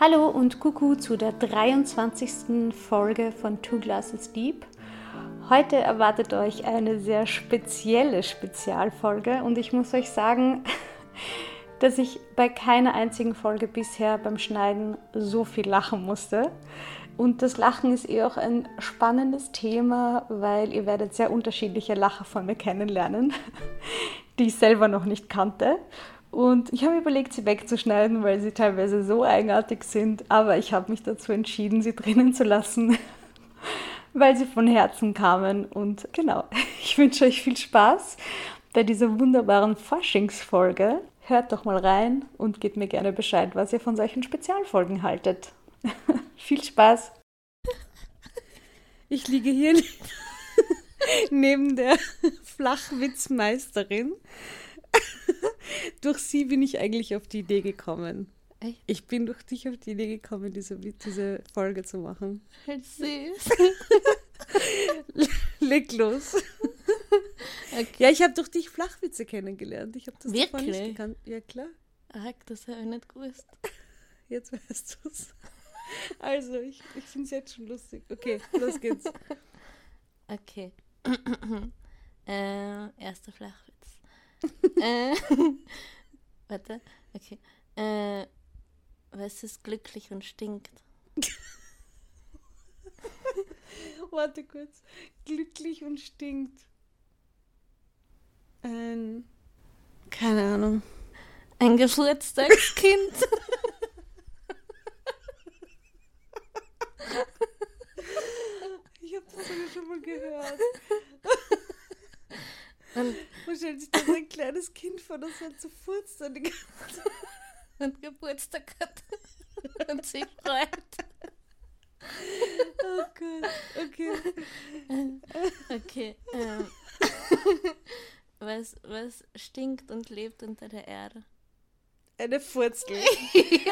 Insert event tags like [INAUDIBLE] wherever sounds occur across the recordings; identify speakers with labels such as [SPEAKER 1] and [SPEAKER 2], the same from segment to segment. [SPEAKER 1] Hallo und Kuku zu der 23. Folge von Two Glasses Deep. Heute erwartet euch eine sehr spezielle Spezialfolge und ich muss euch sagen, [LAUGHS] dass ich bei keiner einzigen Folge bisher beim Schneiden so viel lachen musste. Und das Lachen ist eh auch ein spannendes Thema, weil ihr werdet sehr unterschiedliche Lacher von mir kennenlernen, die ich selber noch nicht kannte. Und ich habe überlegt, sie wegzuschneiden, weil sie teilweise so eigenartig sind. Aber ich habe mich dazu entschieden, sie drinnen zu lassen, [LAUGHS] weil sie von Herzen kamen. Und genau, [LAUGHS] ich wünsche euch viel Spaß bei dieser wunderbaren Faschingsfolge. Hört doch mal rein und gebt mir gerne Bescheid, was ihr von solchen Spezialfolgen haltet. [LAUGHS] viel Spaß!
[SPEAKER 2] Ich liege hier [LAUGHS] li- neben der Flachwitzmeisterin. durch sie bin ich eigentlich auf die Idee gekommen.
[SPEAKER 3] Echt?
[SPEAKER 2] Ich bin durch dich auf die Idee gekommen, diese, Wit- diese Folge zu machen.
[SPEAKER 3] Halt süß.
[SPEAKER 2] Leg [LAUGHS] los.
[SPEAKER 3] Okay.
[SPEAKER 2] Ja, ich habe durch dich Flachwitze kennengelernt. Ich habe das davor nicht
[SPEAKER 3] Wirklich?
[SPEAKER 2] gekannt. Ja, klar.
[SPEAKER 3] Ach, das habe ich nicht gewusst.
[SPEAKER 2] Jetzt weißt du es. Also, ich, ich finde es jetzt schon lustig. Okay, los geht's.
[SPEAKER 3] Okay. [CLEARS THROAT] ähm, erster Flachwitz. äh, [LAUGHS] warte, okay. Äh, was ist glücklich und stinkt?
[SPEAKER 2] [LAUGHS] Warte kurz. Glücklich und stinkt. Ein. Keine Ahnung.
[SPEAKER 3] Ein Geburtstagskind.
[SPEAKER 2] Ich habe das sogar schon mal gehört.
[SPEAKER 3] und,
[SPEAKER 2] Man stellt sich das ein kleines Kind vor, das halt so furzt. Und die ganze-
[SPEAKER 3] [LAUGHS] und Geburtstag hat. [LAUGHS] und sich freut.
[SPEAKER 2] oh Gott. Okay.
[SPEAKER 3] Okay. Ähm, [LAUGHS] was, was stinkt und lebt unter der Erde?
[SPEAKER 2] Eine [LAUGHS] Furzel.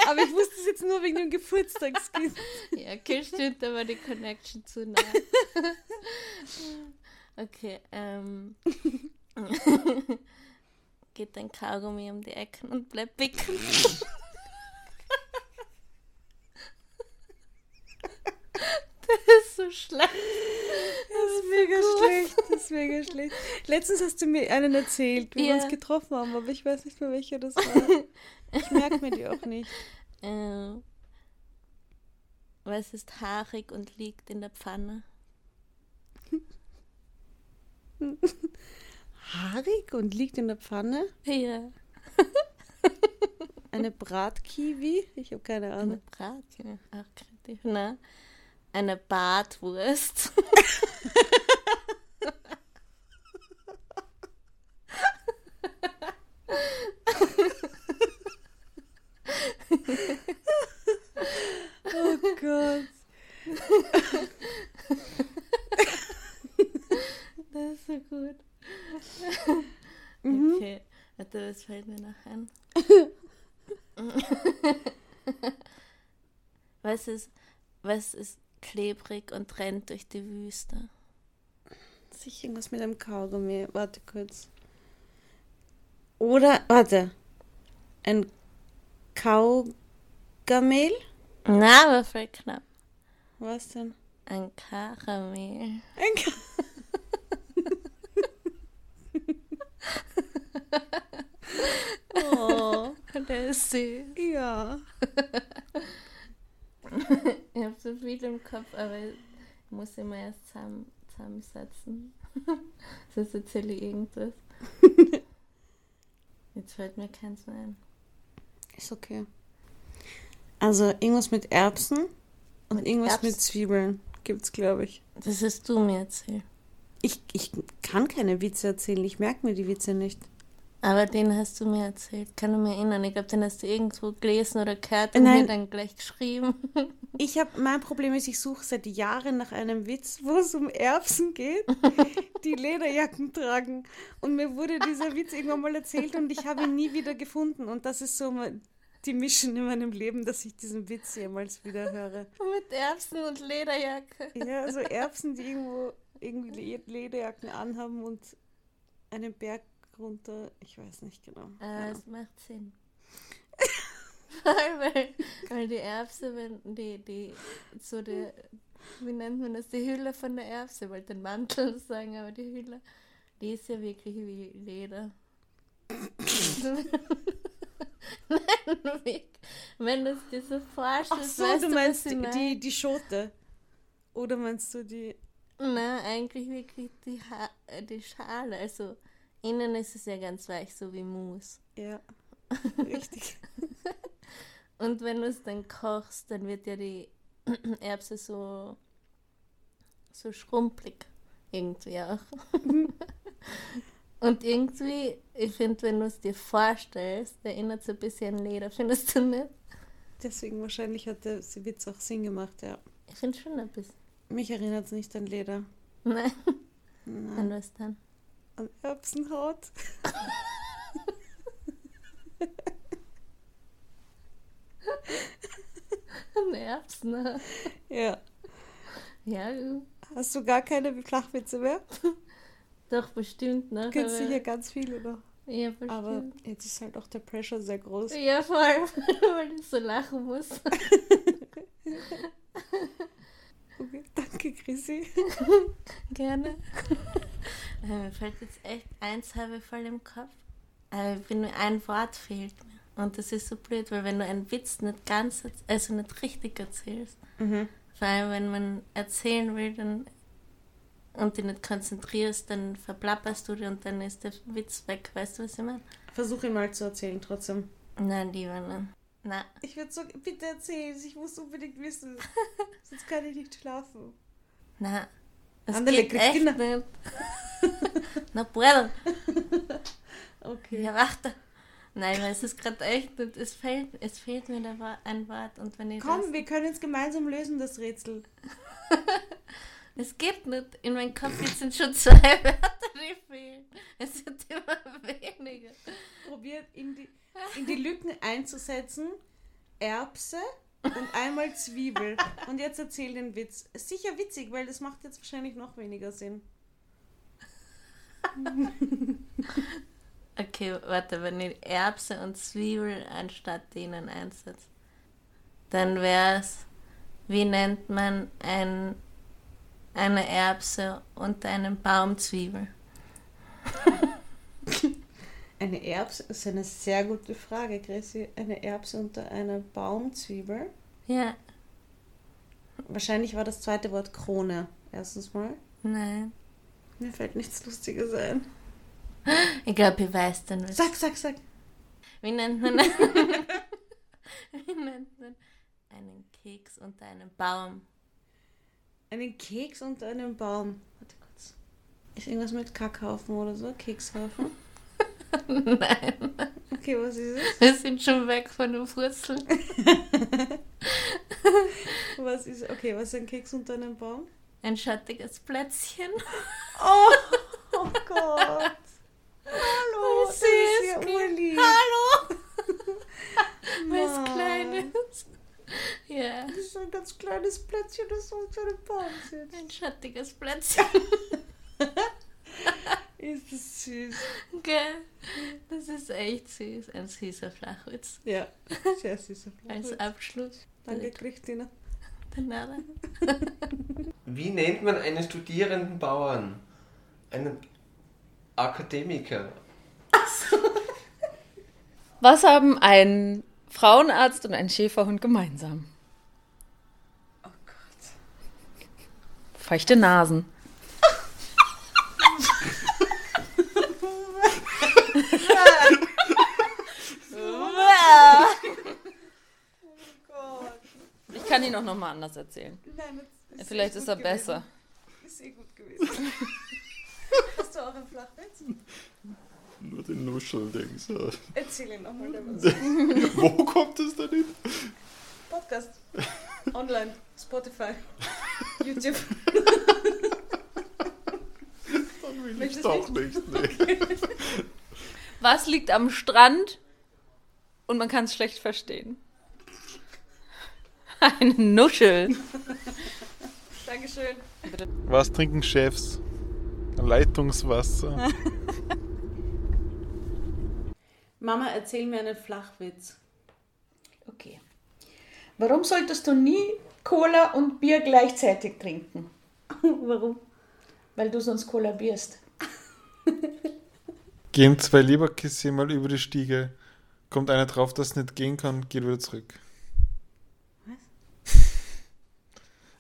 [SPEAKER 2] Aber ich wusste es jetzt nur wegen dem Geburtstagskind.
[SPEAKER 3] Ja, okay, stimmt, da war die Connection zu nah. [LAUGHS] Okay, ähm. [LAUGHS] Geht ein Kaugummi um die Ecken und bleibt wickeln. [LAUGHS] Das ist so schlecht.
[SPEAKER 2] [LAUGHS] Das ist mega schlecht. Das ist mega schlecht. Letztens hast du mir einen erzählt, wie
[SPEAKER 3] Ja.
[SPEAKER 2] wir uns getroffen haben, aber ich weiß nicht mehr, welcher [LAUGHS] das war. Ich merke mir die auch nicht.
[SPEAKER 3] Ähm, was ist haarig und liegt in der Pfanne?
[SPEAKER 2] [LAUGHS] Haarig und liegt in der Pfanne.
[SPEAKER 3] Ja,
[SPEAKER 2] Eine Bratkiwi? Ich habe keine
[SPEAKER 3] eine
[SPEAKER 2] Ahnung.
[SPEAKER 3] Bratwurst. Auch kreativ, ne? Eine Bartwurst.
[SPEAKER 2] Oh Gott.
[SPEAKER 3] Das ist so [LAUGHS] gut. Okay, warte, was fällt mir noch ein? [LAUGHS] was, ist, was ist klebrig und rennt durch die Wüste?
[SPEAKER 2] Sich irgendwas mit einem Kaugummi. Warte kurz. Oder, warte. Ein Kaugamel?
[SPEAKER 3] Na, aber voll knapp.
[SPEAKER 2] Was denn?
[SPEAKER 3] Ein [LAUGHS] Karamell.
[SPEAKER 2] Ein Ka Oh,
[SPEAKER 3] Der ist süß.
[SPEAKER 2] [LAUGHS] ja.
[SPEAKER 3] [LAUGHS] Ich habe so viel im Kopf, aber ich muss immer erst zusammen, zusammensetzen. [LAUGHS] Sonst erzähle ich [LAUGHS] irgendwas. Jetzt fällt mir keins mehr ein.
[SPEAKER 2] Ist okay. Also irgendwas mit Erbsen und
[SPEAKER 3] Mit
[SPEAKER 2] irgendwas mit
[SPEAKER 3] Erbsen.
[SPEAKER 2] Zwiebeln gibt's, glaube ich.
[SPEAKER 3] Das hast du mir erzählt.
[SPEAKER 2] ich. Ich kann keine Witze erzählen, ich merke mir die Witze nicht.
[SPEAKER 3] Aber den hast du mir erzählt, kann ich mich erinnern. Ich glaube, den hast du irgendwo gelesen oder gehört und
[SPEAKER 2] Nein.
[SPEAKER 3] mir dann gleich geschrieben. [LAUGHS]
[SPEAKER 2] Ich habe mein Problem ist, ich suche seit Jahren nach einem Witz, wo es um Erbsen
[SPEAKER 3] [LAUGHS]
[SPEAKER 2] geht, die Lederjacken tragen. Und mir wurde dieser Witz irgendwann mal erzählt und ich habe ihn nie wieder gefunden. Und das ist so me- die Mission in meinem Leben, dass ich diesen Witz jemals wieder höre.
[SPEAKER 3] Mit Erbsen und Lederjacke.
[SPEAKER 2] Ja, also Erbsen, die irgendwo irgendwie Le- Lederjacken anhaben und einen Berg runter. Ich weiß nicht genau.
[SPEAKER 3] Äh, es macht Sinn. Voll, [LAUGHS] weil, weil die Erbse, wenn die, die, so die, wie nennt man das, die Hülle von der Erbse, ich wollte den Mantel [LAUGHS] sagen, aber die Hülle, die ist ja wirklich wie
[SPEAKER 2] [LAUGHS]
[SPEAKER 3] Leder. Nein, wie- wenn du es dir so
[SPEAKER 2] Ach
[SPEAKER 3] vorstellst,
[SPEAKER 2] so,
[SPEAKER 3] weißt
[SPEAKER 2] du meinst
[SPEAKER 3] was ich mein?
[SPEAKER 2] die, die Schote. Oder meinst du die.
[SPEAKER 3] Na, eigentlich wirklich die, ha äh, die Schale. Also innen ist es ja ganz weich, so wie Mousse. [LAUGHS]
[SPEAKER 2] Ja. Richtig.
[SPEAKER 3] Und wenn du es dann kochst, dann wird ja die [CLEARS THROAT] Erbse so, so schrumpelig. Irgendwie auch.
[SPEAKER 2] Mhm.
[SPEAKER 3] [LAUGHS] Und irgendwie, ich finde, wenn du es dir vorstellst, erinnert es ein bisschen an Leder, findest du nicht?
[SPEAKER 2] Deswegen wahrscheinlich hat der Witz auch Sinn gemacht, ja.
[SPEAKER 3] Ich finde schon ein bisschen.
[SPEAKER 2] Mich erinnert es nicht an Leder. [LAUGHS]
[SPEAKER 3] Nein,
[SPEAKER 2] Nein.
[SPEAKER 3] an was dann?
[SPEAKER 2] An Erbsenhaut.
[SPEAKER 3] An Erbsen.
[SPEAKER 2] Ja.
[SPEAKER 3] Ja, ja.
[SPEAKER 2] Hast du gar keine Flachwitze mehr?
[SPEAKER 3] doch, bestimmt. Ne?
[SPEAKER 2] Kennst
[SPEAKER 3] Aber-
[SPEAKER 2] sicher ganz viele noch.
[SPEAKER 3] Ja, bestimmt.
[SPEAKER 2] Aber jetzt ist halt auch der Pressure sehr groß.
[SPEAKER 3] Ja, voll, [LAUGHS] weil ich so lachen muss.
[SPEAKER 2] Okay, [LAUGHS] danke, Chrissy.
[SPEAKER 3] Gerne. [LAUGHS] äh, mir fällt jetzt echt eins habe ich voll im Kopf. Aber ich bin nur ein Wort fehlt mir. Und das ist so blöd, weil wenn du einen Witz nicht ganz, erz- also nicht richtig erzählst,
[SPEAKER 2] Mhm.
[SPEAKER 3] vor allem wenn man erzählen will dann, und dich nicht konzentrierst, dann verplapperst du dich und dann ist der Witz weg. Weißt du, was ich meine?
[SPEAKER 2] Versuch ihn mal zu erzählen trotzdem.
[SPEAKER 3] Nein, lieber nicht. Nein, [LAUGHS]
[SPEAKER 2] Ich würde so, bitte erzählen, ich muss unbedingt wissen. Sonst kann ich nicht schlafen.
[SPEAKER 3] nein. Das
[SPEAKER 2] Andere
[SPEAKER 3] geht
[SPEAKER 2] kriegt
[SPEAKER 3] echt
[SPEAKER 2] Kinder.
[SPEAKER 3] nicht. [LAUGHS] Na, puedo.
[SPEAKER 2] Okay.
[SPEAKER 3] Ja, warte. Nein, weil es ist gerade echt und es fehlt, es fehlt mir da wa- ein Wort und wenn ich
[SPEAKER 2] Komm, wir können es gemeinsam lösen, das Rätsel.
[SPEAKER 3] das, es geht nicht. In meinem Kopf jetzt sind schon zwei [LAUGHS] Wörter, die fehlen. Es sind immer weniger.
[SPEAKER 2] Probiert in die, in die Lücken einzusetzen. Erbse und einmal Zwiebel. Und jetzt erzähl den Witz. Sicher witzig, weil das macht jetzt wahrscheinlich noch weniger Sinn.
[SPEAKER 3] Okay, warte, wenn ich Erbse und Zwiebel anstatt denen einsetze, dann wäre es, wie nennt man ein, eine Erbse unter einem Baumzwiebel?
[SPEAKER 2] Eine Erbse ist eine sehr gute Frage, Chrissy. Eine Erbse unter einer Baumzwiebel.
[SPEAKER 3] Ja,
[SPEAKER 2] Wahrscheinlich war das zweite Wort Krone. Erstens mal.
[SPEAKER 3] nein.
[SPEAKER 2] Mir fällt nichts Lustiges ein.
[SPEAKER 3] Ich glaube, ich weiß dann, was
[SPEAKER 2] Sag, sag, sag.
[SPEAKER 3] Wie nennt man, [LAUGHS] wie nennt man einen Keks unter einem Baum?
[SPEAKER 2] Einen Keks unter einem Baum. Warte kurz. Ist irgendwas mit Kackhaufen oder so? Kekshaufen?
[SPEAKER 3] [LAUGHS] Nein,
[SPEAKER 2] Okay, was ist es?
[SPEAKER 3] wir sind schon weg von den Wurzeln.
[SPEAKER 2] Was ist. Okay, was ist ein Keks unter einem Baum?
[SPEAKER 3] Ein schattiges Plätzchen.
[SPEAKER 2] [LAUGHS] Oh, oh Gott. Hallo,
[SPEAKER 3] Das
[SPEAKER 2] sie ist ja
[SPEAKER 3] ist
[SPEAKER 2] urlieb.
[SPEAKER 3] Oh, Hallo!
[SPEAKER 2] [LAUGHS] Mann.
[SPEAKER 3] Was Kleines. Ja,
[SPEAKER 2] Das ist ein ganz kleines Plätzchen, das unter einem Baum sitzt.
[SPEAKER 3] ein schattiges Plätzchen.
[SPEAKER 2] [LAUGHS] Ist das süß.
[SPEAKER 3] Gell? Das ist echt süß. Ein süßer Flachwitz.
[SPEAKER 2] Ja, sehr süßer
[SPEAKER 3] Als
[SPEAKER 2] Plätzchen.
[SPEAKER 3] Abschluss.
[SPEAKER 2] Danke, Christina.
[SPEAKER 3] Danada.
[SPEAKER 4] Wie nennt man einen studierenden Bauern? Einen Akademiker.
[SPEAKER 5] Was haben ein Frauenarzt und ein Schäferhund gemeinsam?
[SPEAKER 2] Oh Gott.
[SPEAKER 5] Feuchte Nasen.
[SPEAKER 2] Gott.
[SPEAKER 5] Ich kann ihn auch nochmal anders erzählen.
[SPEAKER 2] Nein, das ist
[SPEAKER 5] Vielleicht
[SPEAKER 2] eh
[SPEAKER 5] ist
[SPEAKER 2] gut
[SPEAKER 5] er besser.
[SPEAKER 2] Gewesen. Ist eh gut gewesen. [LAUGHS] Hast du auch einen Flachwitz?
[SPEAKER 6] Nur den Nuscheln denkst du.
[SPEAKER 2] Erzähl ihn nochmal. der Witz.
[SPEAKER 6] [LAUGHS] Wo kommt es denn hin?
[SPEAKER 2] Podcast. Online. Spotify. YouTube.
[SPEAKER 6] Dann will
[SPEAKER 2] Möchtest
[SPEAKER 6] ich doch nicht. Nee.
[SPEAKER 5] Was liegt am Strand und man kann es schlecht [LAUGHS] verstehen? Eine Nuschel.
[SPEAKER 2] Dankeschön.
[SPEAKER 6] Was trinken Chefs? Leitungswasser.
[SPEAKER 2] Mama, erzähl mir einen Flachwitz.
[SPEAKER 7] Warum solltest du nie Cola und Bier gleichzeitig trinken?
[SPEAKER 1] Warum?
[SPEAKER 7] Weil du sonst kollabierst.
[SPEAKER 6] Gehen zwei Leberkisse mal über die Stiege. Kommt einer drauf, dass es nicht gehen kann, geht wieder zurück. Was?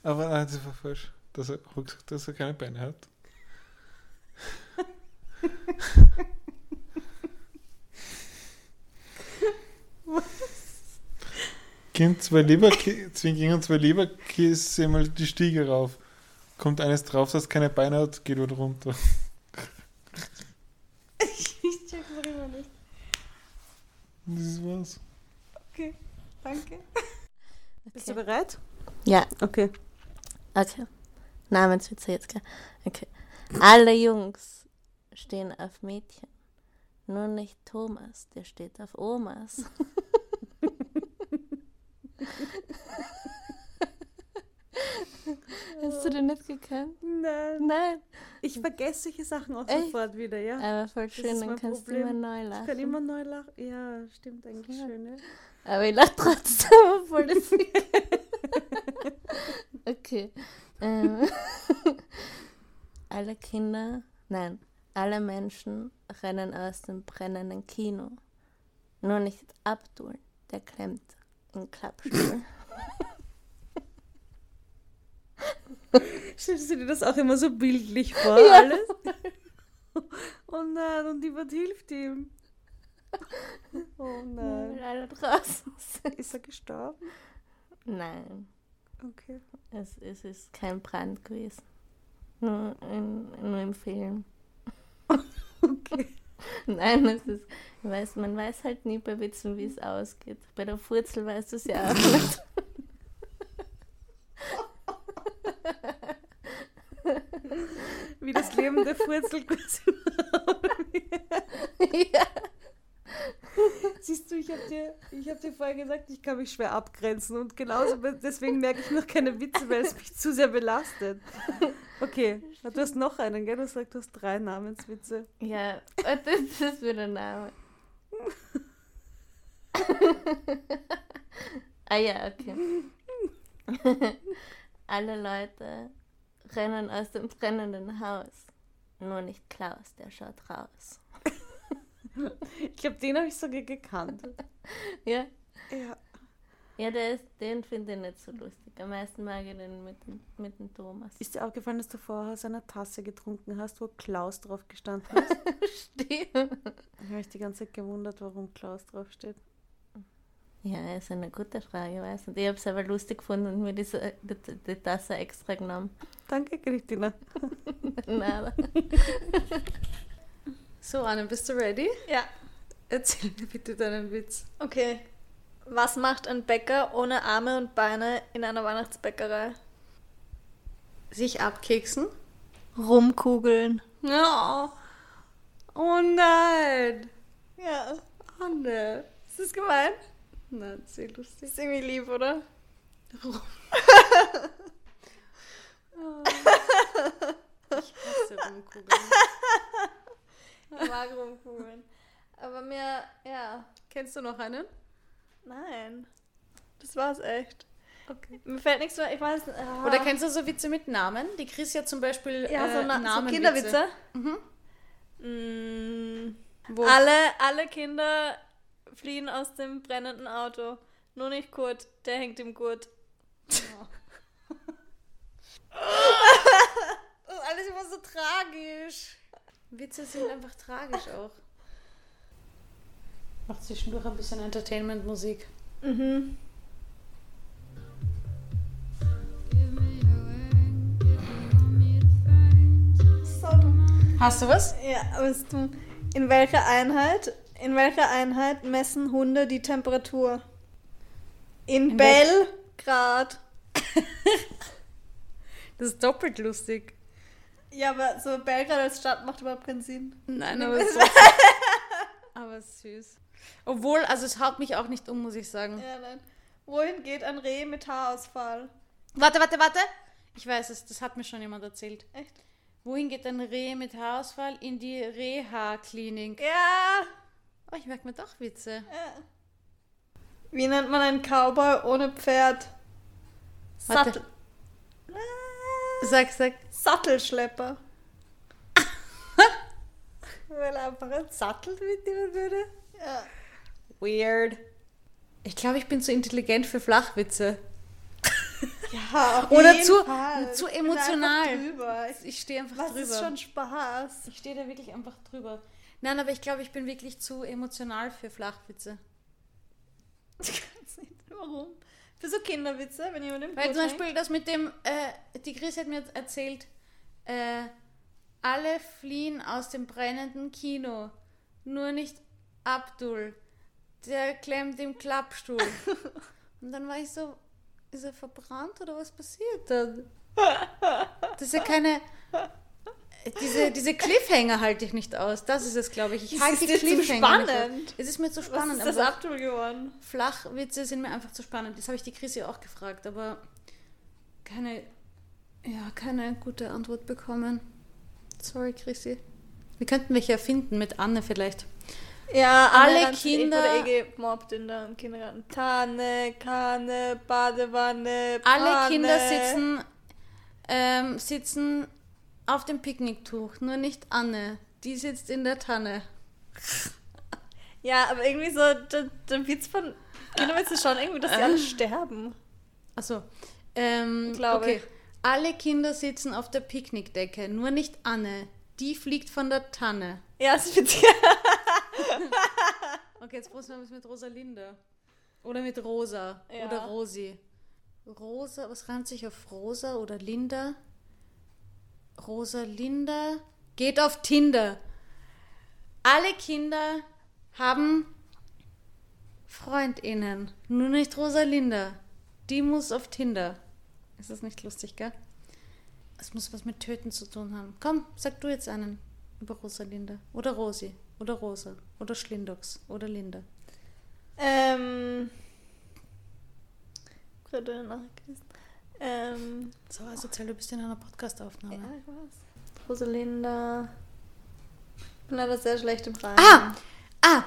[SPEAKER 6] Aber nein, das war falsch. Dass er, hat gesagt, dass er keine Beine hat. Gehen zwei Leberkisse, gingen zwei Leberkisse mal die Stiege rauf. Kommt eines drauf, dass es keine Beine hat, geht wieder runter.
[SPEAKER 2] Ich check noch immer nicht.
[SPEAKER 6] Das war's.
[SPEAKER 2] Okay, danke. Bist du bereit?
[SPEAKER 3] Ja,
[SPEAKER 2] Okay.
[SPEAKER 3] okay. Namenswitze jetzt, gell? Okay. Alle Jungs stehen auf Mädchen. Nur nicht Thomas, der steht auf Omas. Hast du den nicht gekannt?
[SPEAKER 2] Nein.
[SPEAKER 3] Nein.
[SPEAKER 2] Ich vergesse solche Sachen auch
[SPEAKER 3] Echt?
[SPEAKER 2] sofort wieder, ja.
[SPEAKER 3] Aber voll
[SPEAKER 2] ist
[SPEAKER 3] schön, dann
[SPEAKER 2] mein
[SPEAKER 3] kannst
[SPEAKER 2] Problem.
[SPEAKER 3] du immer neu
[SPEAKER 2] Ich
[SPEAKER 3] lachen.
[SPEAKER 2] kann immer neu lachen. Ja, stimmt eigentlich
[SPEAKER 3] Ja.
[SPEAKER 2] schön. Ne?
[SPEAKER 3] Aber ich lache trotzdem voll das Okay. Ähm. [LAUGHS] alle Kinder, nein, alle Menschen rennen aus dem brennenden Kino. Nur nicht Abdul, der klemmt im Klappstuhl.
[SPEAKER 2] Stellst du dir das auch immer so [LAUGHS] bildlich vor, alles? Oh nein, und niemand hilft ihm. Oh
[SPEAKER 3] Weil
[SPEAKER 2] nein.
[SPEAKER 3] alle draußen sind.
[SPEAKER 2] Ist er gestorben?
[SPEAKER 3] Nein,
[SPEAKER 2] Okay.
[SPEAKER 3] es, es ist kein Brand gewesen. Nur, in, nur im Film.
[SPEAKER 2] Okay.
[SPEAKER 3] [LAUGHS] Nein, es ist, ich weiß, man weiß halt nie bei Witzen, wie es ausgeht. Bei der Furzel weißt du es ja auch nicht.
[SPEAKER 2] Wie das Leben der Furzel [LAUGHS] quasi
[SPEAKER 3] ja.
[SPEAKER 2] Siehst du, ich habe dir, ich hab dir vorher gesagt, ich kann mich schwer abgrenzen. Und genauso be- deswegen merke ich noch keine Witze, weil es mich zu sehr belastet. Okay, du hast noch einen, gell? Du hast gesagt, du hast drei Namenswitze.
[SPEAKER 3] ja, was ist das für ein Name? ah ja, okay. [LAUGHS] Alle Leute rennen aus dem brennenden Haus. Nur nicht Klaus, der schaut raus.
[SPEAKER 2] Ich glaube, den habe ich sogar gekannt.
[SPEAKER 3] Ja,
[SPEAKER 2] Ja.
[SPEAKER 3] ja der ist, den finde ich nicht so lustig. Am meisten mag ich den mit, dem- mit dem Thomas.
[SPEAKER 2] Ist dir aufgefallen, dass du vorher aus einer Tasse getrunken hast, wo Klaus drauf gestanden [LAUGHS] ist?
[SPEAKER 3] Stimmt.
[SPEAKER 2] Ich habe mich die ganze Zeit gewundert, warum Klaus draufsteht.
[SPEAKER 3] Ja, ist eine gute Frage, weiß nicht. Ich habe es aber lustig gefunden und mir diese, die, die Tasse extra genommen. [LAUGHS]
[SPEAKER 2] Danke, Christina.
[SPEAKER 3] Na, aber-
[SPEAKER 8] So, Anne, bist du ready?
[SPEAKER 2] Ja. Erzähl mir bitte deinen Witz.
[SPEAKER 8] Okay. Was macht ein Bäcker ohne Arme und Beine in einer Weihnachtsbäckerei?
[SPEAKER 2] Sich abkeksen?
[SPEAKER 8] Rumkugeln.
[SPEAKER 2] Ja. Oh nein.
[SPEAKER 8] Ja.
[SPEAKER 2] Oh nein.
[SPEAKER 8] Ist das gemein?
[SPEAKER 2] Nein, sehr lustig.
[SPEAKER 8] ne. Ist irgendwie lieb, oder? [LAUGHS] Ich mag Rumkugeln. Aber mir, ja.
[SPEAKER 2] Kennst du noch einen?
[SPEAKER 8] Nein. Das war's echt. Okay. Mir fällt nichts mehr. Ich weiß. Ah.
[SPEAKER 9] Oder kennst du so Witze mit Namen? Die Chris ja zum Beispiel
[SPEAKER 8] ja, so,
[SPEAKER 9] äh,
[SPEAKER 8] na, so
[SPEAKER 9] Namenwitze.
[SPEAKER 8] Kinderwitze? Mhm. Alle, alle Kinder fliehen aus dem brennenden Auto. Nur nicht Kurt, der hängt im Gurt.
[SPEAKER 9] Das ist alles immer so tragisch. Witze sind einfach tragisch auch. Macht zwischendurch ein bisschen Entertainment-Musik. Hast du was?
[SPEAKER 8] Ja, weißt du, in welcher Einheit, in welcher Einheit messen Hunde die Temperatur?
[SPEAKER 9] [LAUGHS]
[SPEAKER 8] In, Belgrad.
[SPEAKER 2] Das ist doppelt lustig.
[SPEAKER 8] Ja, aber so Belgrad als Stadt macht überhaupt keinen Sinn.
[SPEAKER 9] Nein,
[SPEAKER 8] [LAUGHS]
[SPEAKER 9] aber so. aber süß. Obwohl, also es haut mich auch nicht um, muss ich sagen.
[SPEAKER 8] Ja, nein. Wohin geht ein Reh mit Haarausfall?
[SPEAKER 9] Warte, warte, warte. Ich weiß es, das hat mir schon jemand erzählt.
[SPEAKER 8] Echt?
[SPEAKER 9] Wohin geht ein Reh mit Haarausfall? In die Reha-Klinik.
[SPEAKER 8] Ja!
[SPEAKER 9] Oh, ich merke mir doch Witze.
[SPEAKER 8] ja. Wie nennt man einen Cowboy ohne Pferd?
[SPEAKER 2] Warte.
[SPEAKER 8] Sattel,
[SPEAKER 2] Sag, sag.
[SPEAKER 8] [LAUGHS] Sattelschlepper. Weil er einfach einen Sattel mitnehmen würde. Ja.
[SPEAKER 2] Weird. Ich glaube, ich bin zu intelligent für Flachwitze.
[SPEAKER 8] ja auf
[SPEAKER 2] Oder
[SPEAKER 8] jeden
[SPEAKER 2] zu-
[SPEAKER 8] Fall.
[SPEAKER 2] zu
[SPEAKER 8] Ich bin einfach
[SPEAKER 2] emotional.
[SPEAKER 8] Drüber.
[SPEAKER 2] Ich stehe einfach
[SPEAKER 8] Was
[SPEAKER 2] drüber.
[SPEAKER 8] ist schon Spaß?
[SPEAKER 2] ich stehe da wirklich einfach drüber. Nein, aber ich glaube, ich bin wirklich zu emotional für Flachwitze.
[SPEAKER 8] [LAUGHS] Ich kann's nicht. Warum? Für so Kinderwitze, wenn jemand im
[SPEAKER 2] Weil
[SPEAKER 8] Boot
[SPEAKER 2] zum
[SPEAKER 8] hängt.
[SPEAKER 2] Beispiel das mit dem, äh, die Chris hat mir erzählt, äh, alle fliehen aus dem brennenden Kino, nur nicht Abdul. Der klemmt im
[SPEAKER 8] [LAUGHS]
[SPEAKER 2] Klappstuhl. Und dann war ich so, ist er verbrannt oder was passiert
[SPEAKER 8] [LAUGHS]
[SPEAKER 2] dann? Das ist ja keine... Diese, diese Cliffhanger halt, halte ich nicht aus. Das ist es, glaube ich. Ich
[SPEAKER 8] Das
[SPEAKER 2] halte
[SPEAKER 8] ist
[SPEAKER 2] die
[SPEAKER 8] dir zu
[SPEAKER 2] Cliffhanger nicht
[SPEAKER 8] spannend.
[SPEAKER 2] aus. Es ist mir zu
[SPEAKER 8] Was
[SPEAKER 2] spannend.
[SPEAKER 8] ist das
[SPEAKER 2] aber-
[SPEAKER 8] Abdul geworden?
[SPEAKER 2] Flachwitze sind mir einfach zu spannend. Das habe ich die Chrissy auch gefragt, aber keine, ja, keine gute Antwort bekommen. Sorry, Chrissy. Wir könnten welche erfinden mit Anne vielleicht.
[SPEAKER 8] Ja,
[SPEAKER 2] alle
[SPEAKER 8] alle Kinder.
[SPEAKER 2] Kinder-
[SPEAKER 8] Wurde eh gemobbt in der im Kindergarten. Tanne, Kanne, Badewanne,
[SPEAKER 2] Alle
[SPEAKER 8] Panne.
[SPEAKER 2] Kinder sitzen, ähm, sitzen auf dem Picknicktuch, nur nicht Anne. Die sitzt in der Tanne.
[SPEAKER 8] Ja, aber irgendwie so, der, der Witz von Kinderwitze schon irgendwie, dass die
[SPEAKER 2] Äh.
[SPEAKER 8] alle sterben.
[SPEAKER 2] Achso. Ähm,
[SPEAKER 8] Glaube
[SPEAKER 2] okay.
[SPEAKER 8] ich.
[SPEAKER 2] Alle Kinder sitzen auf der Picknickdecke, nur nicht Anne. Die fliegt von der Tanne.
[SPEAKER 8] Ja, es wird
[SPEAKER 2] Okay, jetzt probieren wir es mit Rosalinde. Oder mit Rosa.
[SPEAKER 8] Ja.
[SPEAKER 2] Oder Rosi. Rosa, was reimt sich auf Rosa oder Linda? Rosalinda geht auf Tinder. Alle Kinder haben FreundInnen. Nur nicht Rosalinda. Die muss auf Tinder. Ist das nicht lustig, gell? Es muss was mit Töten zu tun haben. Komm, sag du jetzt einen über Rosalinda. Oder Rosi. Oder Rosa. Oder Schlindox. Oder Linda.
[SPEAKER 8] Ähm. Gerade nachgelesen. Ähm.
[SPEAKER 2] So, also Zell, du bist in einer Podcastaufnahme.
[SPEAKER 8] Ja, ich weiß. Rosalinda. Ich bin leider sehr schlecht im Reim.
[SPEAKER 2] Ah! Ah!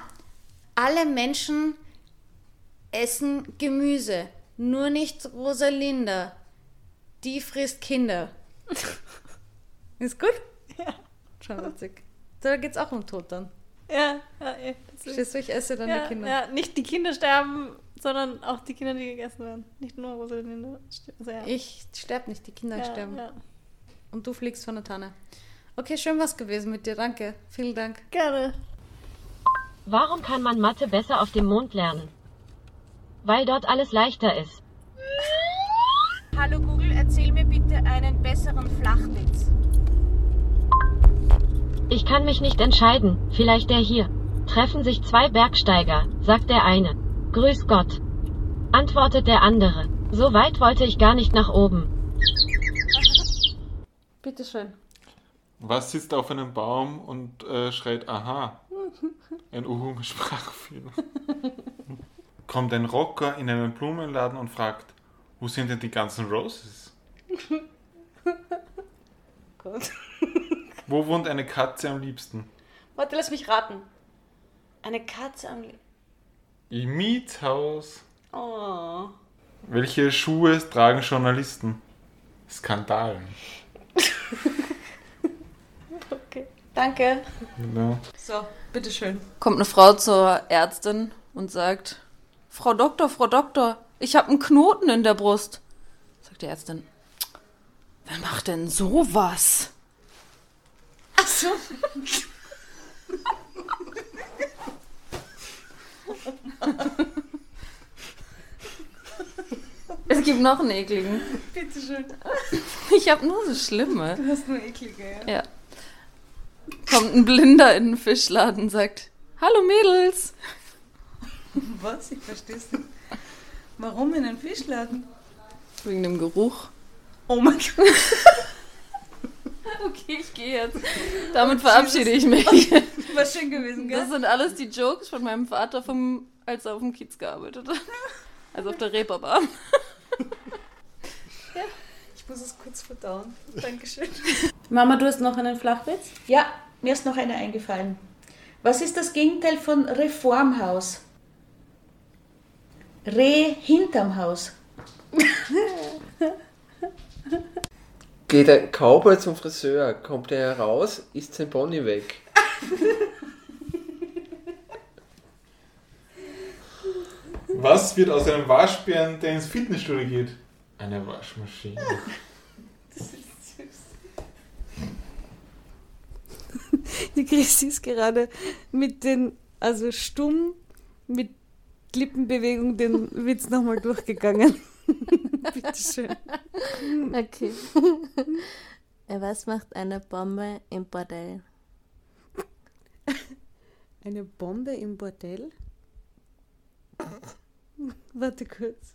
[SPEAKER 2] Alle Menschen essen Gemüse. Nur nicht Rosalinda. Die frisst Kinder. [LAUGHS] Ist gut?
[SPEAKER 8] Ja.
[SPEAKER 2] Schon witzig. Da geht's auch um Tod dann.
[SPEAKER 8] Ja, ja, eh. deswegen.
[SPEAKER 2] Verstehst du, ich esse dann
[SPEAKER 8] ja,
[SPEAKER 2] die Kinder.
[SPEAKER 8] ja, nicht die Kinder sterben, sondern auch die Kinder, die gegessen werden. Nicht nur Rosalinda. sterben. Also, ja.
[SPEAKER 2] Ich sterb nicht, die Kinder
[SPEAKER 8] ja,
[SPEAKER 2] sterben.
[SPEAKER 8] Ja.
[SPEAKER 2] Und du fliegst von der Tanne. Okay, schön was gewesen mit dir. Danke. Vielen Dank.
[SPEAKER 8] Gerne.
[SPEAKER 10] Warum kann man Mathe besser auf dem Mond lernen? Weil dort alles leichter ist.
[SPEAKER 11] Hallo Google, erzähl mir bitte einen besseren Flachwitz.
[SPEAKER 10] Ich kann mich nicht entscheiden, vielleicht der hier. Treffen sich zwei Bergsteiger, sagt der eine. Grüß Gott. Antwortet der andere. So weit wollte ich gar nicht nach oben.
[SPEAKER 2] Bitteschön.
[SPEAKER 6] Was sitzt auf einem Baum und äh, schreit Aha? Ein Uhu mit Sprachfehler. [LAUGHS] Kommt ein Rocker in einen Blumenladen und fragt, wo sind denn die ganzen Roses? Wo wohnt eine Katze am liebsten?
[SPEAKER 2] Warte, lass mich raten. Eine Katze am...
[SPEAKER 6] Im Mietshaus.
[SPEAKER 2] Oh.
[SPEAKER 6] Welche Schuhe tragen Journalisten? Skandal.
[SPEAKER 2] Danke.
[SPEAKER 6] Genau.
[SPEAKER 5] So, bitteschön. Kommt eine Frau zur Ärztin und sagt, Frau Doktor, Frau Doktor, ich habe einen Knoten in der Brust. Sagt die Ärztin, wer macht denn sowas? Ach so. Es gibt noch einen ekligen. Bitteschön. Ich habe nur so schlimme. Du hast nur eklige, ja. Ja kommt ein Blinder in den Fischladen und sagt, Hallo Mädels.
[SPEAKER 12] Was? Ich verstehe es nicht. Warum in einen Fischladen?
[SPEAKER 5] Wegen dem Geruch.
[SPEAKER 12] Oh mein Gott.
[SPEAKER 5] [LAUGHS] Okay, ich gehe jetzt. Damit verabschiede ich mich.
[SPEAKER 12] [LAUGHS] War Oh, schön gewesen, gell?
[SPEAKER 5] Das sind alles die Jokes von meinem Vater, vom, als er auf dem Kiez gearbeitet hat. Also auf der Reeperbahn.
[SPEAKER 12] Ich muss es kurz verdauen. Dankeschön.
[SPEAKER 2] Mama, du hast noch einen Flachwitz?
[SPEAKER 11] Ja, mir ist noch einer eingefallen. Was ist das Gegenteil von Reformhaus?
[SPEAKER 3] Reh hinterm Haus.
[SPEAKER 4] Geht ein Cowboy zum Friseur, kommt er heraus, ist sein Pony weg.
[SPEAKER 6] Was wird aus einem Waschbären, der ins Fitnessstudio geht? Eine Waschmaschine.
[SPEAKER 2] Die Christi ist gerade mit den, also stumm mit Lippenbewegung den Witz nochmal durchgegangen. [LAUGHS] Bitteschön.
[SPEAKER 3] [LAUGHS] Okay. Äh, Was macht eine Bombe im Bordell?
[SPEAKER 2] Eine Bombe im Bordell? [LAUGHS] Warte kurz.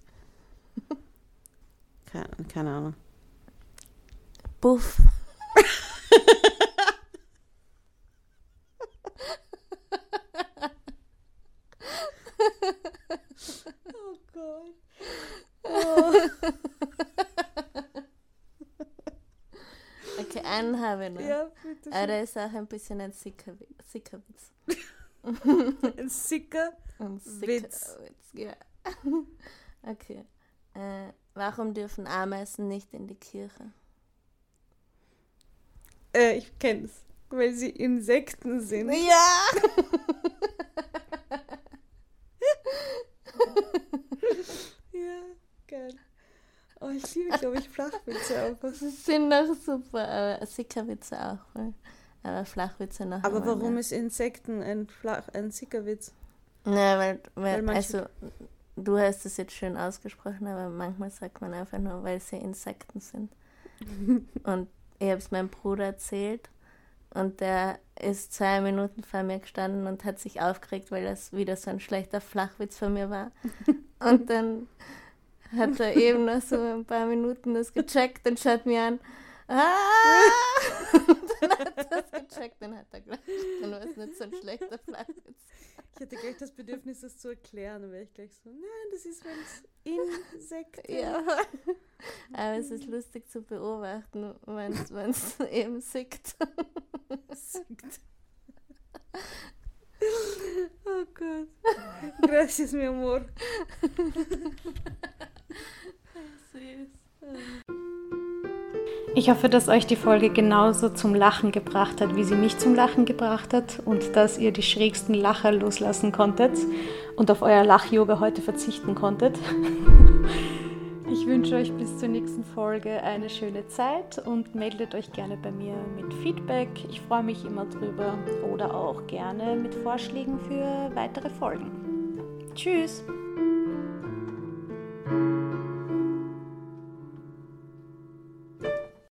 [SPEAKER 2] Keine, keine Ahnung.
[SPEAKER 3] Puff.
[SPEAKER 2] Oh Gott. Oh.
[SPEAKER 3] Okay, einen habe ich noch.
[SPEAKER 2] Ja, bitte schön.
[SPEAKER 3] Aber der ist auch ein bisschen ein sicker Wi- sicker Witz.
[SPEAKER 2] [LAUGHS] Ein sicker
[SPEAKER 3] Ein sicker
[SPEAKER 2] Witz.
[SPEAKER 3] Witz, ja. Okay. Äh, warum dürfen Ameisen nicht in die Kirche?
[SPEAKER 2] Äh, ich kenn's. Weil sie Insekten sind.
[SPEAKER 3] Ja!
[SPEAKER 2] Ja, geil. Oh, ich liebe, glaube ich, Flachwitze einfach.
[SPEAKER 3] Sie sind doch super, aber Sickerwitze auch. voll. Aber Flachwitze noch.
[SPEAKER 2] Aber
[SPEAKER 3] einmal
[SPEAKER 2] warum
[SPEAKER 3] mehr.
[SPEAKER 2] ist Insekten ein, Flach, ein Sickerwitz?
[SPEAKER 3] Na, weil, weil,
[SPEAKER 2] Weil manche-
[SPEAKER 3] also, du hast es jetzt schön ausgesprochen, aber manchmal sagt man einfach nur, weil sie Insekten
[SPEAKER 2] [LAUGHS]
[SPEAKER 3] sind. und ich habe es meinem Bruder erzählt und der ist zwei Minuten vor mir gestanden und hat sich aufgeregt, weil das wieder so ein schlechter Flachwitz von mir
[SPEAKER 2] [LAUGHS]
[SPEAKER 3] war. und dann hat er eben noch so ein paar Minuten das gecheckt und schaut mir an.
[SPEAKER 2] [LAUGHS]
[SPEAKER 3] Ah! [LAUGHS] dann hat er das gecheckt, dann hat er gleich, dann war es nicht so ein schlechter Flachwitz.
[SPEAKER 2] Ich hatte gleich das Bedürfnis, das zu erklären, weil ich gleich so, nein, das ist, wenn es Insekten [LAUGHS]
[SPEAKER 3] Ja. Aber es ist lustig zu beobachten, wenn es eben sickt.
[SPEAKER 2] sind. Oh Gott. Gracias, mi amor.
[SPEAKER 1] Ich hoffe, dass euch die Folge genauso zum Lachen gebracht hat, wie sie mich zum Lachen gebracht hat und dass ihr die schrägsten Lacher loslassen konntet und auf euer Lach-Yoga heute verzichten konntet. [LAUGHS] Ich wünsche euch bis zur nächsten Folge eine schöne Zeit und meldet euch gerne bei mir mit Feedback. Ich freue mich immer drüber oder auch gerne mit Vorschlägen für weitere Folgen. Tschüss!